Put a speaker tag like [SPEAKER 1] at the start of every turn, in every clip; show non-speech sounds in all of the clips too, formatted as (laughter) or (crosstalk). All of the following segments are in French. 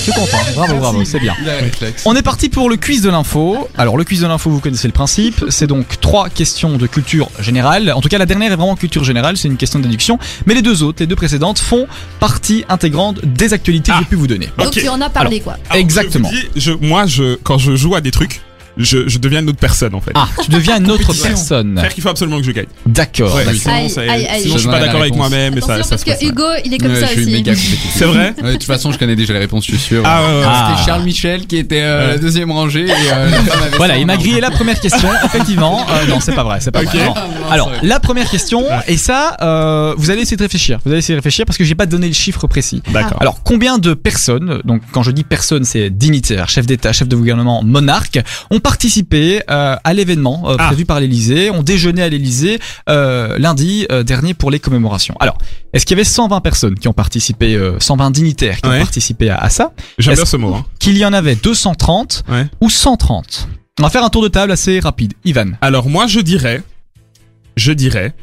[SPEAKER 1] suis content. Bravo, bravo, c'est bien.
[SPEAKER 2] Il a un réflexe.
[SPEAKER 1] On est parti pour le quiz de l'info. Alors le quiz de l'info, vous connaissez le principe. C'est donc trois questions de culture générale. En tout cas, la dernière est vraiment culture générale, c'est une question de déduction. Mais les deux autres, les deux précédentes, font partie intégrante des actualités que
[SPEAKER 3] Ah.
[SPEAKER 1] j'ai pu vous donner.
[SPEAKER 3] Ok.
[SPEAKER 4] Donc tu en as parlé quoi.
[SPEAKER 3] Alors, je
[SPEAKER 1] Exactement.
[SPEAKER 3] vous dis, je- moi, je, quand je joue à des trucs, je, je deviens une autre personne en fait.
[SPEAKER 1] Ah, tu deviens une autre
[SPEAKER 3] Compétition.
[SPEAKER 1] personne.
[SPEAKER 3] Faire qu'il faut absolument que je gagne.
[SPEAKER 1] D'accord. Bah,
[SPEAKER 3] Ouais,
[SPEAKER 1] d'accord.
[SPEAKER 3] sinon,
[SPEAKER 4] Aïe,
[SPEAKER 3] c'est-
[SPEAKER 4] aïe, aïe.
[SPEAKER 3] sinon, je suis
[SPEAKER 5] Je
[SPEAKER 3] pas
[SPEAKER 5] donne la
[SPEAKER 3] d'accord avec
[SPEAKER 5] réponse.
[SPEAKER 3] moi-même et ça,
[SPEAKER 4] Attention
[SPEAKER 3] ça
[SPEAKER 4] parce
[SPEAKER 3] se passe
[SPEAKER 4] que
[SPEAKER 3] mal.
[SPEAKER 4] Hugo, il est comme
[SPEAKER 5] Ouais,
[SPEAKER 4] ça
[SPEAKER 5] je suis
[SPEAKER 4] aussi.
[SPEAKER 5] méga compétitif.
[SPEAKER 4] (laughs)
[SPEAKER 3] C'est vrai
[SPEAKER 5] Ouais, De toute façon, je connais déjà les réponses, je suis sûr.
[SPEAKER 3] Ah ouais, ouais, ouais.
[SPEAKER 1] Ah.
[SPEAKER 5] C'était Charles Michel qui était euh, la deuxième rangée. Et,
[SPEAKER 3] (laughs)
[SPEAKER 5] euh, la femme avait
[SPEAKER 1] Voilà,
[SPEAKER 5] ça
[SPEAKER 1] il
[SPEAKER 5] en
[SPEAKER 1] m'a
[SPEAKER 5] main.
[SPEAKER 1] grillé la première question, effectivement. Euh, non, c'est pas vrai, c'est pas
[SPEAKER 3] Ok.
[SPEAKER 4] Oh,
[SPEAKER 1] vrai. non.
[SPEAKER 5] Ah, mince,
[SPEAKER 1] Alors,
[SPEAKER 5] ouais.
[SPEAKER 1] la première question, et ça, euh, vous allez essayer de réfléchir. Vous allez essayer de réfléchir parce que j'ai pas donné le chiffre précis.
[SPEAKER 3] D'accord.
[SPEAKER 1] Alors, combien de personnes, donc quand je dis personnes, c'est dignitaires, chefs d'État, chefs de gouvernement, monarques, ont participé euh, à l'événement euh,
[SPEAKER 3] Ah.
[SPEAKER 1] prévu par l'Élysée, ont déjeuné à l'Élysée euh, lundi euh, dernier pour les commémorations. Alors, est-ce qu'il y avait 120 personnes qui ont participé, euh, 120 dignitaires qui
[SPEAKER 3] Ouais.
[SPEAKER 1] ont participé à, à ça
[SPEAKER 3] J'aime
[SPEAKER 1] Est-ce-
[SPEAKER 3] bien ce mot. hein.
[SPEAKER 1] Qu'il y en avait 230
[SPEAKER 3] Ouais.
[SPEAKER 1] ou 130 On va faire un tour de table assez rapide. Ivan,
[SPEAKER 3] Alors moi, je dirais, je dirais,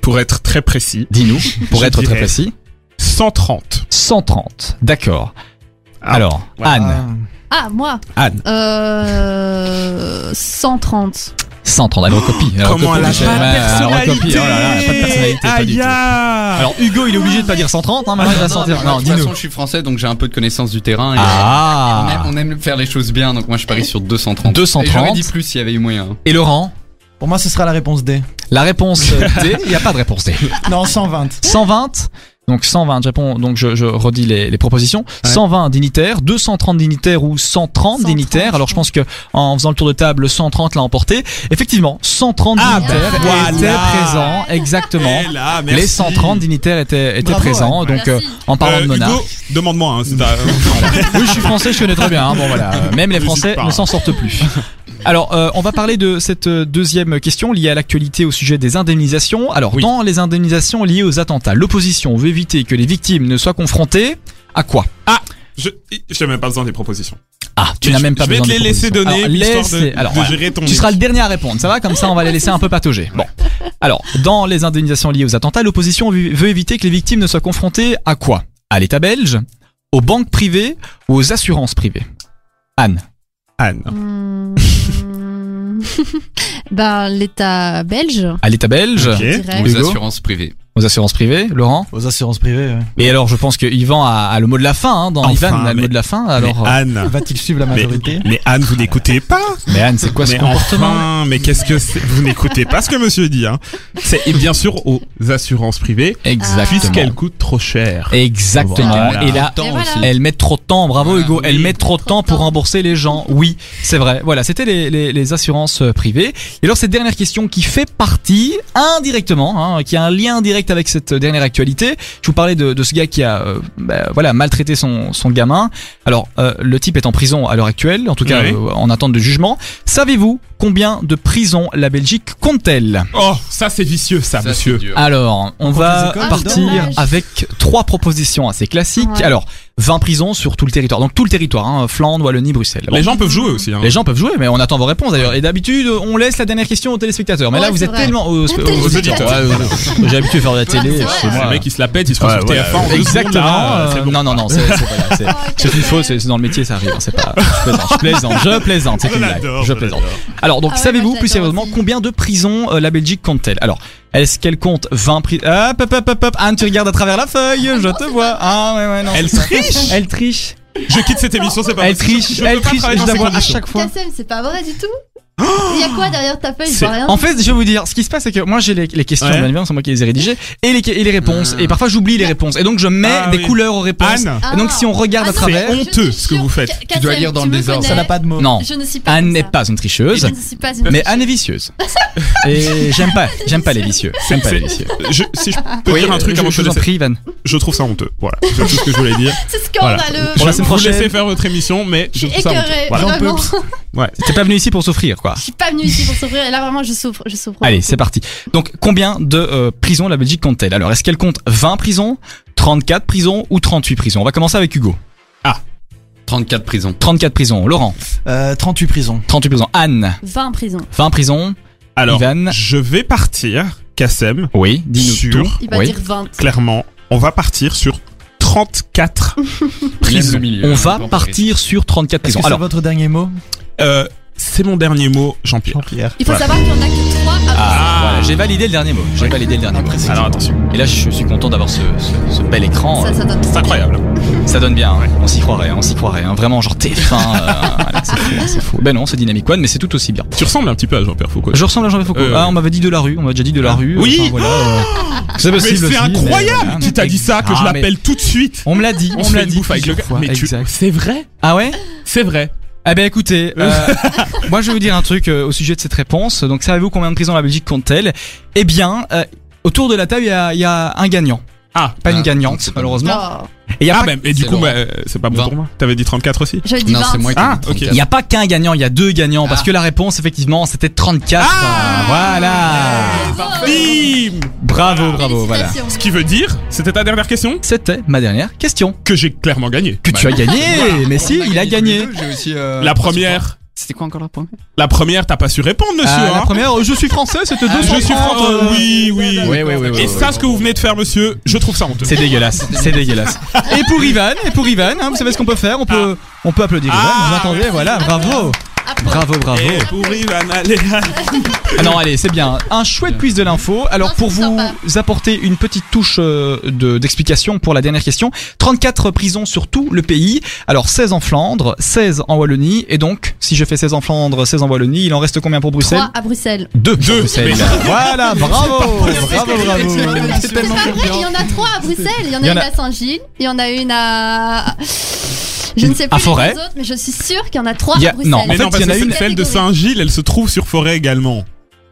[SPEAKER 3] pour être très précis,
[SPEAKER 1] dis-nous, pour
[SPEAKER 3] (laughs) Je
[SPEAKER 1] être très
[SPEAKER 3] dirais-
[SPEAKER 1] précis.
[SPEAKER 3] 130.
[SPEAKER 1] 130, d'accord.
[SPEAKER 3] Ah.
[SPEAKER 1] Alors,
[SPEAKER 3] Voilà.
[SPEAKER 1] Anne,
[SPEAKER 4] Ah, moi
[SPEAKER 3] Anne.
[SPEAKER 4] Euh. 130.
[SPEAKER 1] 130, elle recopie. elle
[SPEAKER 3] Comment
[SPEAKER 1] recopie,
[SPEAKER 3] elle a
[SPEAKER 1] Michel. Ouais, elle recopie, oh là là, elle a pas de personnalité, pas du tout.
[SPEAKER 3] Alors,
[SPEAKER 1] Alors Hugo, il est obligé de pas dire 130, hein, maintenant il va
[SPEAKER 5] Ah, Non,
[SPEAKER 1] sortir.
[SPEAKER 5] mais
[SPEAKER 1] Non,
[SPEAKER 5] de toute
[SPEAKER 1] dis-nous.
[SPEAKER 5] façon, je suis français, donc j'ai un peu de connaissance du terrain. Et on, aime,
[SPEAKER 1] Ah
[SPEAKER 5] on aime faire les choses bien, donc moi je parie sur 230.
[SPEAKER 1] 230.
[SPEAKER 5] Et j'aurais dit plus s'il y avait eu moyen.
[SPEAKER 1] Et Laurent
[SPEAKER 6] Pour moi, ce sera la réponse D.
[SPEAKER 1] La réponse D, il n'y a pas de réponse D.
[SPEAKER 6] Non, 120.
[SPEAKER 1] 120 donc 120, je réponds, donc je, je redis les, les propositions. 120 dignitaires, 230 dignitaires ou 130,
[SPEAKER 4] 130,
[SPEAKER 1] dignitaires. Alors je pense que en faisant le tour de table, 130 l'a emporté. Effectivement, 130
[SPEAKER 3] Ah,
[SPEAKER 1] dignitaires
[SPEAKER 4] ben
[SPEAKER 1] étaient
[SPEAKER 3] voilà.
[SPEAKER 1] présents, exactement.
[SPEAKER 3] eh là, merci.
[SPEAKER 1] Les 130 dignitaires étaient, étaient
[SPEAKER 6] Bravo,
[SPEAKER 1] présents. Donc
[SPEAKER 4] Merci.
[SPEAKER 1] euh, en parlant
[SPEAKER 3] Euh,
[SPEAKER 1] de monarque.
[SPEAKER 3] Hugo, demande-moi. hein, c'est (laughs) ta-
[SPEAKER 1] Oui, je suis français, je connais très bien. hein. Bon, voilà. euh, Même les
[SPEAKER 3] N'hésite
[SPEAKER 1] Français
[SPEAKER 3] pas.
[SPEAKER 1] ne s'en sortent plus. Alors, euh, on va parler de cette euh, deuxième question liée à l'actualité au sujet des indemnisations. Alors,
[SPEAKER 3] Oui.
[SPEAKER 1] dans les indemnisations liées aux attentats, l'opposition veut éviter que les victimes ne soient confrontées à quoi
[SPEAKER 3] Je j'ai même pas besoin des propositions.
[SPEAKER 1] Ah, tu
[SPEAKER 3] Mais
[SPEAKER 1] n'as
[SPEAKER 3] je-
[SPEAKER 1] même pas
[SPEAKER 3] je vais
[SPEAKER 1] besoin
[SPEAKER 3] te
[SPEAKER 1] de
[SPEAKER 3] les laisser
[SPEAKER 1] propositions.
[SPEAKER 3] donner
[SPEAKER 1] Alors,
[SPEAKER 3] histoire de-
[SPEAKER 1] laissez- alors,
[SPEAKER 3] de
[SPEAKER 1] voilà.
[SPEAKER 3] gérer ton
[SPEAKER 1] Tu seras le dernier à répondre, ça va Comme ça, on va les laisser un peu patauger. Bon. Alors, dans les indemnisations liées aux attentats, l'opposition veut veut éviter que les victimes ne soient confrontées à quoi À l'État belge, aux banques privées ou aux assurances privées Anne
[SPEAKER 3] Anne.
[SPEAKER 4] Hmm. (laughs) ben, l'État belge.
[SPEAKER 1] À l'État belge
[SPEAKER 3] Ok.
[SPEAKER 4] je dirais.
[SPEAKER 5] hein, Aux
[SPEAKER 1] Hugo
[SPEAKER 5] assurances privées.
[SPEAKER 1] aux assurances privées, Laurent.
[SPEAKER 6] Aux assurances privées, ouais.
[SPEAKER 1] Et alors, je pense que Yvan a, a le mot de la fin, hein, dans
[SPEAKER 3] Enfin,
[SPEAKER 1] Ivan a le
[SPEAKER 3] mais-
[SPEAKER 1] mot de la fin. Alors,
[SPEAKER 3] Mais
[SPEAKER 1] euh,
[SPEAKER 3] Anne.
[SPEAKER 6] Va-t-il suivre la
[SPEAKER 3] Mais,
[SPEAKER 6] majorité
[SPEAKER 3] mais Anne, vous n'écoutez pas.
[SPEAKER 1] mais, Anne, c'est quoi ce
[SPEAKER 3] mais
[SPEAKER 1] comportement
[SPEAKER 3] enfin, mais qu'est-ce que c'est Vous n'écoutez pas ce que monsieur dit. Hein. C'est et bien sûr aux assurances privées, puisqu'elles
[SPEAKER 1] Exactement.
[SPEAKER 3] coûtent trop cher.
[SPEAKER 1] Exactement.
[SPEAKER 3] Voilà.
[SPEAKER 1] Et là,
[SPEAKER 4] Et voilà.
[SPEAKER 1] elles mettent trop de temps. Bravo
[SPEAKER 5] Voilà.
[SPEAKER 1] Hugo. Elles
[SPEAKER 5] Oui.
[SPEAKER 1] mettent trop de temps pour rembourser les gens. Oui, c'est vrai. Voilà, c'était les, les, les assurances euh, privées. Et alors cette dernière question qui fait partie indirectement, hein, qui a un lien direct avec cette dernière actualité. Je vous parlais de, de ce gars qui a euh, bah, voilà maltraité son, son gamin. Alors euh, le type est en prison à l'heure actuelle, en tout cas
[SPEAKER 3] Oui.
[SPEAKER 1] euh, en attente de jugement. Savez-vous combien de prisons la Belgique compte-t-elle
[SPEAKER 3] Oh, ça c'est vicieux, ça,
[SPEAKER 5] Ça,
[SPEAKER 3] monsieur.
[SPEAKER 5] c'est dur.
[SPEAKER 1] alors, on
[SPEAKER 6] Contre
[SPEAKER 1] va
[SPEAKER 6] les écoles,
[SPEAKER 1] partir
[SPEAKER 4] dommage.
[SPEAKER 1] avec trois propositions assez classiques.
[SPEAKER 4] Ouais.
[SPEAKER 1] Alors, 20 prisons sur tout le territoire. Donc tout le territoire, hein, Flandre, Wallonie, Bruxelles. Bon.
[SPEAKER 3] Les gens peuvent jouer aussi. Hein.
[SPEAKER 1] Les gens peuvent jouer, mais on attend vos réponses d'ailleurs. Et d'habitude, on laisse la dernière question aux téléspectateurs. Mais
[SPEAKER 4] Ouais,
[SPEAKER 1] là, vous
[SPEAKER 4] c'est
[SPEAKER 1] êtes
[SPEAKER 4] vrai.
[SPEAKER 1] tellement aux, aux- aux
[SPEAKER 4] téléspectateurs.
[SPEAKER 1] auditeurs. Ouais, ouais, ouais. J'ai l'habitude de faire de la télé.
[SPEAKER 4] c'est
[SPEAKER 1] chez
[SPEAKER 4] vrai.
[SPEAKER 1] moi.
[SPEAKER 3] Le mec, il se la pète, il se croit sur TF1 en deux secondes,
[SPEAKER 1] Exactement.
[SPEAKER 3] là,
[SPEAKER 1] euh,
[SPEAKER 3] c'est bon.
[SPEAKER 1] Non, non, non, c'est c'est pas
[SPEAKER 4] Oh,
[SPEAKER 1] grave, c'est- (laughs) c'est une fausse. C'est c'est dans le métier, ça arrive. hein, C'est pas. Je plaisante. Je plaisante. Je plaisante. C'est
[SPEAKER 3] Je
[SPEAKER 1] une blague.
[SPEAKER 3] l'adore,
[SPEAKER 1] Je
[SPEAKER 3] je
[SPEAKER 1] plaisante.
[SPEAKER 3] l'adore.
[SPEAKER 1] Alors donc
[SPEAKER 4] Ah ouais,
[SPEAKER 1] savez-vous
[SPEAKER 4] moi, je
[SPEAKER 1] plus
[SPEAKER 4] l'adore
[SPEAKER 1] sérieusement
[SPEAKER 4] aussi.
[SPEAKER 1] combien de prisons euh, la Belgique compte-t-elle Alors est-ce qu'elle compte 20 prisons Hop hop hop hop hop Anne tu regardes à travers la feuille, je te vois. Ah ouais ouais non.
[SPEAKER 3] Elle
[SPEAKER 1] c'est ça.
[SPEAKER 3] triche
[SPEAKER 1] Elle triche.
[SPEAKER 3] Je quitte cette émission, c'est pas
[SPEAKER 1] Elle
[SPEAKER 3] possible.
[SPEAKER 1] triche.
[SPEAKER 3] Je peux
[SPEAKER 1] Elle
[SPEAKER 3] pas
[SPEAKER 1] triche.
[SPEAKER 3] travailler
[SPEAKER 1] Je la
[SPEAKER 3] dans ces
[SPEAKER 1] vois à
[SPEAKER 3] conditions.
[SPEAKER 1] chaque fois.
[SPEAKER 4] Kassem, c'est pas vrai du tout. Il y a quoi derrière ta feuille Je
[SPEAKER 3] C'est-
[SPEAKER 4] vois rien.
[SPEAKER 1] En fait, je vais vous dire, ce qui se passe, c'est que moi j'ai les, les questions,
[SPEAKER 3] Ouais.
[SPEAKER 1] bien évidemment, c'est moi qui les ai rédigées, et les, et les réponses,
[SPEAKER 5] Ah.
[SPEAKER 1] et parfois j'oublie les réponses, et donc je mets
[SPEAKER 3] Ah
[SPEAKER 1] des
[SPEAKER 3] oui.
[SPEAKER 1] couleurs aux réponses.
[SPEAKER 3] Anne,
[SPEAKER 4] Ah.
[SPEAKER 1] Et donc si on regarde à
[SPEAKER 4] Attends,
[SPEAKER 1] travers,
[SPEAKER 4] je
[SPEAKER 3] honteux,
[SPEAKER 4] suis
[SPEAKER 3] ce que vous
[SPEAKER 4] sûre
[SPEAKER 3] faites.
[SPEAKER 4] que-
[SPEAKER 5] Tu dois lire dans
[SPEAKER 4] Kassem, tu
[SPEAKER 5] le
[SPEAKER 4] me
[SPEAKER 5] désordre.
[SPEAKER 6] Ça
[SPEAKER 4] connais.
[SPEAKER 6] n'a pas de mots.
[SPEAKER 1] non,
[SPEAKER 4] Je ne suis pas.
[SPEAKER 1] Anne
[SPEAKER 4] comme
[SPEAKER 1] n'est
[SPEAKER 4] ça.
[SPEAKER 1] pas une tricheuse,
[SPEAKER 4] Je ne suis pas une.
[SPEAKER 1] mais Anne est vicieuse. (laughs) Et j'aime pas, j'aime pas les vicieux, j'aime pas les vicieux.
[SPEAKER 3] je- si je peux dire un truc
[SPEAKER 1] je,
[SPEAKER 3] avant de
[SPEAKER 1] je
[SPEAKER 3] te
[SPEAKER 1] vous en
[SPEAKER 3] laisser,
[SPEAKER 1] prie, Van.
[SPEAKER 3] je trouve ça honteux. Voilà, c'est tout ce que je voulais dire.
[SPEAKER 4] C'est
[SPEAKER 3] Voilà.
[SPEAKER 4] scandaleux.
[SPEAKER 1] Pour la
[SPEAKER 3] je
[SPEAKER 1] semaine
[SPEAKER 3] vous laisser
[SPEAKER 1] prochaine.
[SPEAKER 3] faire votre émission, mais
[SPEAKER 4] Je
[SPEAKER 3] je
[SPEAKER 4] suis
[SPEAKER 3] trouve ça honteux.
[SPEAKER 4] écoeurée,
[SPEAKER 3] Voilà.
[SPEAKER 4] vraiment.
[SPEAKER 1] T'es pas venu ici pour souffrir, quoi.
[SPEAKER 4] Je suis pas venue ici pour s'ouvrir. Et là, vraiment, je souffre. Je souffre.
[SPEAKER 1] Allez, c'est parti. Donc, combien de euh, prisons la Belgique compte-t-elle Alors, est-ce qu'elle compte 20 prisons, 34 prisons ou 38 prisons On va commencer avec Hugo.
[SPEAKER 5] 34 prisons.
[SPEAKER 1] 34 prisons, Laurent.
[SPEAKER 6] Euh, 38 prisons.
[SPEAKER 1] 38 prisons, Anne.
[SPEAKER 4] 20 prisons.
[SPEAKER 1] 20 prisons,
[SPEAKER 3] Alors,
[SPEAKER 1] Ivan.
[SPEAKER 3] je vais partir, Kassem,
[SPEAKER 1] Oui, dis-nous
[SPEAKER 3] Sur-
[SPEAKER 1] tout.
[SPEAKER 4] Il va
[SPEAKER 1] Oui.
[SPEAKER 4] dire 20.
[SPEAKER 3] clairement, on va partir sur 34
[SPEAKER 5] Prise
[SPEAKER 3] prisons.
[SPEAKER 5] au milieu. hein,
[SPEAKER 1] On va partir sur 34
[SPEAKER 6] Est-ce
[SPEAKER 1] prisons.
[SPEAKER 6] que c'est
[SPEAKER 1] Alors,
[SPEAKER 6] votre dernier mot,
[SPEAKER 3] Euh, c'est mon dernier mot, Jean-Pierre.
[SPEAKER 6] Jean-Pierre
[SPEAKER 4] Il faut savoir qu'il y en a que 3
[SPEAKER 1] ah,
[SPEAKER 3] Ah.
[SPEAKER 1] voilà, j'ai validé le dernier mot. J'ai
[SPEAKER 3] Oui.
[SPEAKER 1] validé le dernier mot.
[SPEAKER 3] Alors attention,
[SPEAKER 1] Et là, je suis content d'avoir ce, ce- ce bel écran. euh,
[SPEAKER 4] Ça, ça donne
[SPEAKER 3] c'est incroyable.
[SPEAKER 1] Ça donne bien, hein. on s'y croirait, hein, on s'y croirait. hein. Vraiment, genre TF1, euh,
[SPEAKER 3] (laughs)
[SPEAKER 1] voilà, c'est fou, c'est fou. Ben non, c'est Dynamic One, mais c'est tout aussi bien.
[SPEAKER 3] Tu ressembles un petit peu à Jean-Pierre Foucault.
[SPEAKER 1] Je ressemble à Jean-Pierre Foucault.
[SPEAKER 3] Euh, Ah.
[SPEAKER 1] ah, on m'avait dit de la rue, on m'a déjà dit de la rue.
[SPEAKER 3] Oui.
[SPEAKER 1] enfin, voilà, euh, c'est
[SPEAKER 3] (laughs) Mais
[SPEAKER 1] possible. aussi,
[SPEAKER 3] c'est
[SPEAKER 1] mais voilà.
[SPEAKER 3] incroyable Tu t'as dit ça, que
[SPEAKER 1] Ah,
[SPEAKER 3] je
[SPEAKER 1] mais
[SPEAKER 3] l'appelle tout de suite.
[SPEAKER 1] On me l'a dit, on,
[SPEAKER 3] On se
[SPEAKER 1] me
[SPEAKER 3] fait
[SPEAKER 1] l'a
[SPEAKER 3] une
[SPEAKER 1] dit
[SPEAKER 3] bouffe avec le
[SPEAKER 1] plusieurs
[SPEAKER 3] gars.
[SPEAKER 1] fois,
[SPEAKER 3] Mais tu-
[SPEAKER 1] exact.
[SPEAKER 3] c'est vrai
[SPEAKER 1] Ah ouais
[SPEAKER 3] C'est vrai.
[SPEAKER 1] Ah ben écoutez, euh,
[SPEAKER 3] (laughs)
[SPEAKER 1] moi je vais vous dire un truc euh, au sujet de cette réponse. Donc savez-vous combien de prisons la Belgique compte-t-elle Eh bien, euh, autour de la table, il y a, il y a un gagnant.
[SPEAKER 3] Ah.
[SPEAKER 1] Pas
[SPEAKER 5] Ah,
[SPEAKER 1] une
[SPEAKER 5] donc
[SPEAKER 1] gagnante,
[SPEAKER 5] c'est pas
[SPEAKER 1] malheureusement.
[SPEAKER 4] Oh,
[SPEAKER 1] Et il y a
[SPEAKER 3] ah
[SPEAKER 1] pas-
[SPEAKER 3] bah, et du
[SPEAKER 5] C'est
[SPEAKER 3] coup,
[SPEAKER 5] Laurent.
[SPEAKER 3] bah, euh, c'est pas bon
[SPEAKER 5] 20.
[SPEAKER 3] pour moi. T'avais dit 34 aussi
[SPEAKER 4] J'avais dit
[SPEAKER 5] Non,
[SPEAKER 4] 20.
[SPEAKER 5] c'est moi qui.
[SPEAKER 3] Ah,
[SPEAKER 5] ai dit
[SPEAKER 3] ok.
[SPEAKER 1] Il
[SPEAKER 5] 34.
[SPEAKER 1] n'y a pas qu'un gagnant, il y a deux gagnants.
[SPEAKER 5] Ah.
[SPEAKER 1] Parce que la réponse, effectivement, c'était 34.
[SPEAKER 3] Ah
[SPEAKER 1] voilà.
[SPEAKER 3] Bim
[SPEAKER 1] Bravo, bravo, voilà.
[SPEAKER 4] Félicitations.
[SPEAKER 3] Ce qui veut dire, c'était ta dernière question
[SPEAKER 1] C'était ma dernière question.
[SPEAKER 3] Que j'ai clairement gagné.
[SPEAKER 5] Bah
[SPEAKER 1] Que tu as gagné. Mais
[SPEAKER 5] On
[SPEAKER 1] si, il a gagné.
[SPEAKER 5] tous les deux, j'ai aussi, euh,
[SPEAKER 3] La première,
[SPEAKER 2] C'était quoi encore la première
[SPEAKER 3] la première, t'as pas su répondre, monsieur.
[SPEAKER 1] Ah, la
[SPEAKER 3] hein.
[SPEAKER 1] première, Ah, je euh, suis français, c'était 200
[SPEAKER 3] Je suis français. oui, oui.
[SPEAKER 5] Oui, oui, oui.
[SPEAKER 3] Et
[SPEAKER 5] oui,
[SPEAKER 3] ça,
[SPEAKER 5] oui.
[SPEAKER 3] ce que vous venez de faire, monsieur, je trouve ça honteux.
[SPEAKER 1] C'est dégueulasse, c'est dégueulasse. Et pour Ivan, et pour Ivan, hein, vous savez ce qu'on peut faire On peut, on peut applaudir
[SPEAKER 3] Ah,
[SPEAKER 1] Ivan. Vous entendez Voilà, bravo,
[SPEAKER 4] Après,
[SPEAKER 1] bravo, bravo.
[SPEAKER 3] Et Eh, pour Ivan, allez, allez.
[SPEAKER 1] Ah non, allez, c'est bien. Un chouette quiz de l'info. Alors
[SPEAKER 4] Non,
[SPEAKER 1] pour
[SPEAKER 4] c'est
[SPEAKER 1] vous
[SPEAKER 4] sympa.
[SPEAKER 1] apporter une petite touche euh, de- d'explication pour la dernière question, 34 prisons sur tout le pays. Alors 16 en Flandre, 16 en Wallonie, et donc si je fais 16 en Flandre, 16 en Wallonie, il en reste combien pour Bruxelles
[SPEAKER 4] 3 à Bruxelles.
[SPEAKER 1] Deux.
[SPEAKER 3] Deux.
[SPEAKER 1] Bruxelles. Voilà, bravo, bravo, bravo.
[SPEAKER 6] C'est
[SPEAKER 4] C'est
[SPEAKER 6] tellement
[SPEAKER 4] pas vrai, il y
[SPEAKER 6] confiant.
[SPEAKER 4] en a 3 à Bruxelles. Il y en
[SPEAKER 1] Il
[SPEAKER 4] a
[SPEAKER 1] y en
[SPEAKER 4] une
[SPEAKER 1] a-
[SPEAKER 4] à Saint-Gilles, il y en a une à. Je ne sais
[SPEAKER 1] À
[SPEAKER 4] plus les
[SPEAKER 1] Forêt.
[SPEAKER 4] deux autres, mais je suis sûre qu'il y en a 3
[SPEAKER 1] Il y a-
[SPEAKER 4] à Bruxelles. Ah
[SPEAKER 1] non, en
[SPEAKER 3] Mais
[SPEAKER 1] fait,
[SPEAKER 3] non, parce
[SPEAKER 1] il y en a
[SPEAKER 3] que
[SPEAKER 1] une-
[SPEAKER 3] celle de Saint-Gilles, elle se trouve sur Forêt également.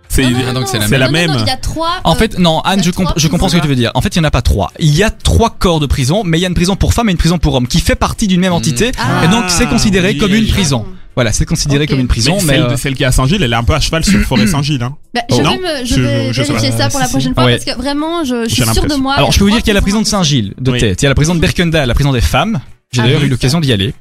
[SPEAKER 3] C'est
[SPEAKER 5] non, Ah, donc c'est
[SPEAKER 3] même. euh,
[SPEAKER 4] Non, non,
[SPEAKER 5] la
[SPEAKER 4] non,
[SPEAKER 3] même.
[SPEAKER 4] Il y a euh, 3.
[SPEAKER 1] En fait, non, Anne,
[SPEAKER 4] il y
[SPEAKER 1] je,
[SPEAKER 4] a
[SPEAKER 1] comp-
[SPEAKER 4] trois
[SPEAKER 1] je comprends ce que tu veux dire. En fait, il n'y en a pas trois. Il y a trois corps de prison, mais il y a une prison pour femmes et une prison pour hommes qui fait partie d'une même
[SPEAKER 5] Mm.
[SPEAKER 1] entité.
[SPEAKER 4] Ah.
[SPEAKER 1] et donc, c'est considéré
[SPEAKER 3] Ah, oui.
[SPEAKER 1] comme une prison. Voilà, c'est considéré
[SPEAKER 4] Ok.
[SPEAKER 1] comme une prison, mais.
[SPEAKER 3] celle,
[SPEAKER 1] euh,
[SPEAKER 3] de- celle qui est à Saint-Gilles, elle est un peu à cheval sur Forêt
[SPEAKER 1] (laughs)
[SPEAKER 3] Saint-Gilles. Hein.
[SPEAKER 4] Bah, je
[SPEAKER 3] Oh.
[SPEAKER 4] vais,
[SPEAKER 3] Non,
[SPEAKER 4] me- je
[SPEAKER 3] je-
[SPEAKER 4] vais
[SPEAKER 3] je sais
[SPEAKER 4] vérifier
[SPEAKER 6] pas.
[SPEAKER 4] ça pour la
[SPEAKER 6] Si,
[SPEAKER 4] prochaine
[SPEAKER 1] si.
[SPEAKER 4] fois
[SPEAKER 1] Ah Ouais.
[SPEAKER 4] parce que vraiment, je,
[SPEAKER 3] J'ai
[SPEAKER 4] je suis sûre de
[SPEAKER 3] l'impression.
[SPEAKER 4] moi.
[SPEAKER 1] Alors, je peux vous dire qu'il y a la prison de
[SPEAKER 4] Saint-Gilles.
[SPEAKER 1] Saint-Gilles, de
[SPEAKER 3] Oui.
[SPEAKER 1] tête. Il y a la prison de Berkenda, la prison des femmes. J'ai
[SPEAKER 4] Ah
[SPEAKER 1] d'ailleurs
[SPEAKER 4] oui,
[SPEAKER 1] eu l'occasion d'y aller.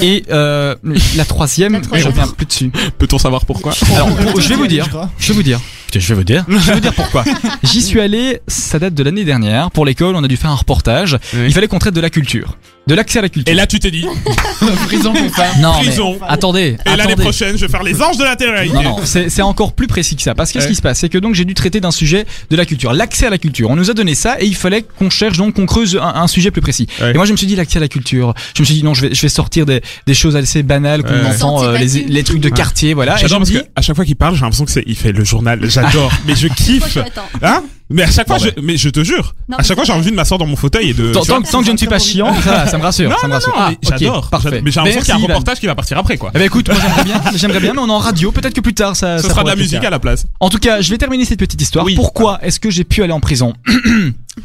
[SPEAKER 1] Et euh, la troisième,
[SPEAKER 4] La
[SPEAKER 1] je
[SPEAKER 4] troisième.
[SPEAKER 1] reviens plus dessus.
[SPEAKER 3] Peut-on savoir pourquoi
[SPEAKER 1] (laughs) Alors, pour- je vais vous dire. Je vais vous dire. Putain, je vais vous dire. Je vais vous dire pourquoi. J'y suis allé, ça date de l'année dernière. Pour l'école, on a dû faire un reportage.
[SPEAKER 3] Oui.
[SPEAKER 1] Il fallait qu'on traite de la culture. De l'accès à la culture.
[SPEAKER 3] Et là, tu t'es dit,
[SPEAKER 5] Prison pour femmes.
[SPEAKER 1] non, mais-
[SPEAKER 3] prison.
[SPEAKER 1] Attendez,
[SPEAKER 3] Et l'année
[SPEAKER 1] attendez.
[SPEAKER 3] prochaine, je vais faire les anges de la terre.
[SPEAKER 1] Non, non, c'est c'est encore plus précis que ça. Parce que qu'est-ce
[SPEAKER 3] Ouais.
[SPEAKER 1] qui se passe C'est que donc j'ai dû traiter d'un sujet de la culture, l'accès à la culture. On nous a donné ça et il fallait qu'on cherche, donc qu'on creuse un, un sujet plus précis.
[SPEAKER 3] Ouais.
[SPEAKER 1] Et moi je me suis dit l'accès à la culture. Je me suis dit non, je vais, je vais sortir des, des choses assez banales qu'on
[SPEAKER 3] Ouais.
[SPEAKER 1] entend,
[SPEAKER 4] Sortir
[SPEAKER 1] euh,
[SPEAKER 4] la
[SPEAKER 1] les,
[SPEAKER 4] thune.
[SPEAKER 1] les trucs de
[SPEAKER 3] Ouais.
[SPEAKER 1] quartier, voilà. Et je
[SPEAKER 3] J'adore
[SPEAKER 1] me
[SPEAKER 3] parce
[SPEAKER 1] dis,
[SPEAKER 3] que à chaque fois qu'il parle, j'ai l'impression que c'est il fait le journal.
[SPEAKER 1] (laughs)
[SPEAKER 3] J'adore, mais je kiffe. Hein Mais à chaque fois,
[SPEAKER 1] Bon,
[SPEAKER 3] je, mais je te jure,
[SPEAKER 4] Non,
[SPEAKER 3] à chaque fois,
[SPEAKER 4] mais-
[SPEAKER 3] j'ai envie de m'asseoir dans mon fauteuil et de.
[SPEAKER 1] tant,
[SPEAKER 3] tu vois.
[SPEAKER 1] tant- tant que je ne suis pas chiant, ça, va, ça me rassure.
[SPEAKER 3] Non,
[SPEAKER 1] ça me
[SPEAKER 3] non,
[SPEAKER 1] rassure.
[SPEAKER 3] non, mais
[SPEAKER 1] Ah, ok,
[SPEAKER 3] j'adore.
[SPEAKER 1] parfait.
[SPEAKER 3] j'adore. Mais j'ai l'impression qu'il y a un
[SPEAKER 1] Merci, Ivan.
[SPEAKER 3] reportage qui va partir après, quoi.
[SPEAKER 1] Eh ben écoute, moi j'aimerais bien, j'aimerais bien, mais on est en radio, peut-être que plus tard ça.
[SPEAKER 3] Ce
[SPEAKER 1] ça
[SPEAKER 3] sera de
[SPEAKER 1] pourrait
[SPEAKER 3] la
[SPEAKER 1] être le
[SPEAKER 3] musique
[SPEAKER 1] cas.
[SPEAKER 3] à la place.
[SPEAKER 1] En tout cas, je vais terminer cette petite histoire.
[SPEAKER 3] Oui.
[SPEAKER 1] Pourquoi est-ce que j'ai pu aller en prison (clears throat)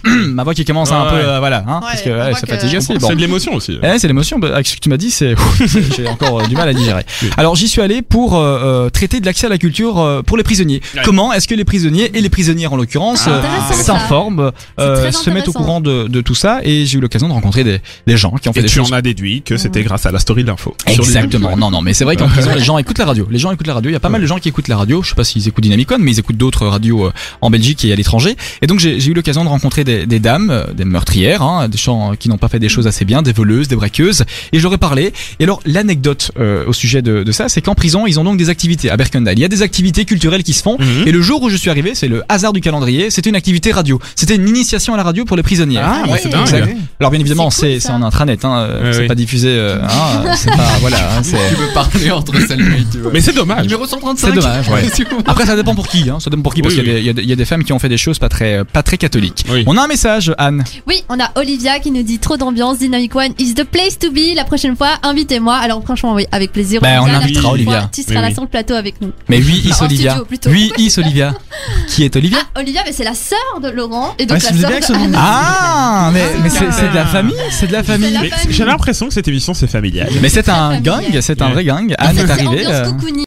[SPEAKER 1] Ma voix qui commence à un
[SPEAKER 3] Ouais,
[SPEAKER 1] peu,
[SPEAKER 3] ouais.
[SPEAKER 1] euh, voilà, hein,
[SPEAKER 4] Ouais,
[SPEAKER 1] parce que
[SPEAKER 4] on
[SPEAKER 1] ouais,
[SPEAKER 4] voit
[SPEAKER 1] c'est
[SPEAKER 4] que-
[SPEAKER 1] fatigant. c'est bon.
[SPEAKER 3] C'est de l'émotion aussi.
[SPEAKER 1] Eh, c'est l'émotion. bah, Avec ce que tu m'as dit, c'est
[SPEAKER 3] (laughs)
[SPEAKER 1] (laughs) j'ai encore euh, du mal à digérer.
[SPEAKER 3] Oui.
[SPEAKER 1] Alors j'y suis allé pour euh, euh, traiter de l'accès à la culture euh, pour les prisonniers.
[SPEAKER 3] Ouais.
[SPEAKER 1] Comment est-ce que les prisonniers et les prisonnières en l'occurrence
[SPEAKER 3] Ah,
[SPEAKER 1] euh,
[SPEAKER 4] intéressant, ça.
[SPEAKER 1] s'informent,
[SPEAKER 4] C'est
[SPEAKER 1] euh,
[SPEAKER 4] très
[SPEAKER 1] se mettent au
[SPEAKER 4] intéressant.
[SPEAKER 1] courant de, de tout ça Et j'ai eu l'occasion de rencontrer des, des gens qui ont fait
[SPEAKER 3] Et
[SPEAKER 1] des
[SPEAKER 3] tu
[SPEAKER 1] choses.
[SPEAKER 3] en as déduit que c'était grâce à la story de l'info. Sur les-
[SPEAKER 1] Exactement. Non, non, mais c'est vrai qu'en prison, les gens écoutent la radio. Les gens écoutent la radio. Il y a pas mal de gens qui écoutent la radio. Je sais pas s'ils écoutent Dynamic One, mais ils écoutent d'autres radios euh, en Belgique et à l'étranger. Et donc, j'ai j'ai eu l'occasion de rencontrer des, des dames, euh, des meurtrières, hein, des gens qui n'ont pas fait des choses assez bien, des voleuses, des braqueuses. Et je leur ai parlé. Et alors, l'anecdote euh, au sujet de, de ça, c'est qu'en prison, ils ont donc des activités à Berkendal. Il y a des activités culturelles qui se font.
[SPEAKER 3] Mhm.
[SPEAKER 1] Et le jour où je suis arrivé, c'est le hasard du calendrier, c'était une activité radio. C'était une initiation à la radio pour les prisonniers.
[SPEAKER 3] Ah, mais c'est
[SPEAKER 4] Ouais.
[SPEAKER 3] dingue.
[SPEAKER 1] Exact. Alors bien évidemment,
[SPEAKER 4] C'est cool,
[SPEAKER 1] c'est
[SPEAKER 4] ça.
[SPEAKER 1] c'est en intranet, hein, euh,
[SPEAKER 3] Ouais,
[SPEAKER 1] c'est
[SPEAKER 3] oui.
[SPEAKER 1] pas diffusé, euh, hein, euh, c'est pas voilà. hein, c'est-
[SPEAKER 5] Tu peux parler entre celles tu vois.
[SPEAKER 3] Mais c'est dommage.
[SPEAKER 5] Numéro 135.
[SPEAKER 1] C'est dommage, ouais. Après, ça dépend pour qui, hein, ça dépend pour qui, parce
[SPEAKER 3] Oui,
[SPEAKER 1] qu'il y a des- il y, a des- il y a des femmes qui ont fait des choses pas très, pas très catholiques.
[SPEAKER 3] Oui.
[SPEAKER 1] On a un message, Anne.
[SPEAKER 4] Oui, on a Olivia qui nous dit trop d'ambiance, Dynamic One is the place to be. La prochaine fois, invitez-moi. Alors franchement, oui, avec plaisir.
[SPEAKER 1] Bah, on
[SPEAKER 4] Olivia, la
[SPEAKER 1] invitera
[SPEAKER 4] prochaine
[SPEAKER 1] Olivia.
[SPEAKER 4] fois, Tu
[SPEAKER 3] Oui,
[SPEAKER 4] seras là
[SPEAKER 3] oui.
[SPEAKER 4] sur le plateau avec nous.
[SPEAKER 1] Mais oui,
[SPEAKER 4] Non,
[SPEAKER 1] is
[SPEAKER 4] en
[SPEAKER 1] Olivia.
[SPEAKER 4] studio, plutôt.
[SPEAKER 1] Oui, is Olivia. Qui est Olivia
[SPEAKER 4] Ah, Olivia, mais c'est la sœur de Laurent et
[SPEAKER 6] Ouais,
[SPEAKER 4] donc
[SPEAKER 6] c'est
[SPEAKER 4] la sœur
[SPEAKER 6] bien
[SPEAKER 4] de
[SPEAKER 6] que ce nom-
[SPEAKER 4] Anna.
[SPEAKER 1] Ah, mais, mais c'est
[SPEAKER 3] Olivia.
[SPEAKER 1] c'est de la famille, c'est de la famille.
[SPEAKER 4] la
[SPEAKER 3] Mais
[SPEAKER 4] famille.
[SPEAKER 3] J'ai l'impression que cette émission, c'est familial.
[SPEAKER 1] Mais c'est un
[SPEAKER 4] familiale.
[SPEAKER 1] gang, c'est un vrai gang.
[SPEAKER 4] En
[SPEAKER 1] Anne
[SPEAKER 4] fait,
[SPEAKER 1] est
[SPEAKER 4] (laughs) c'est
[SPEAKER 1] arrivée.
[SPEAKER 4] ambiance
[SPEAKER 1] euh,
[SPEAKER 4] cocooning.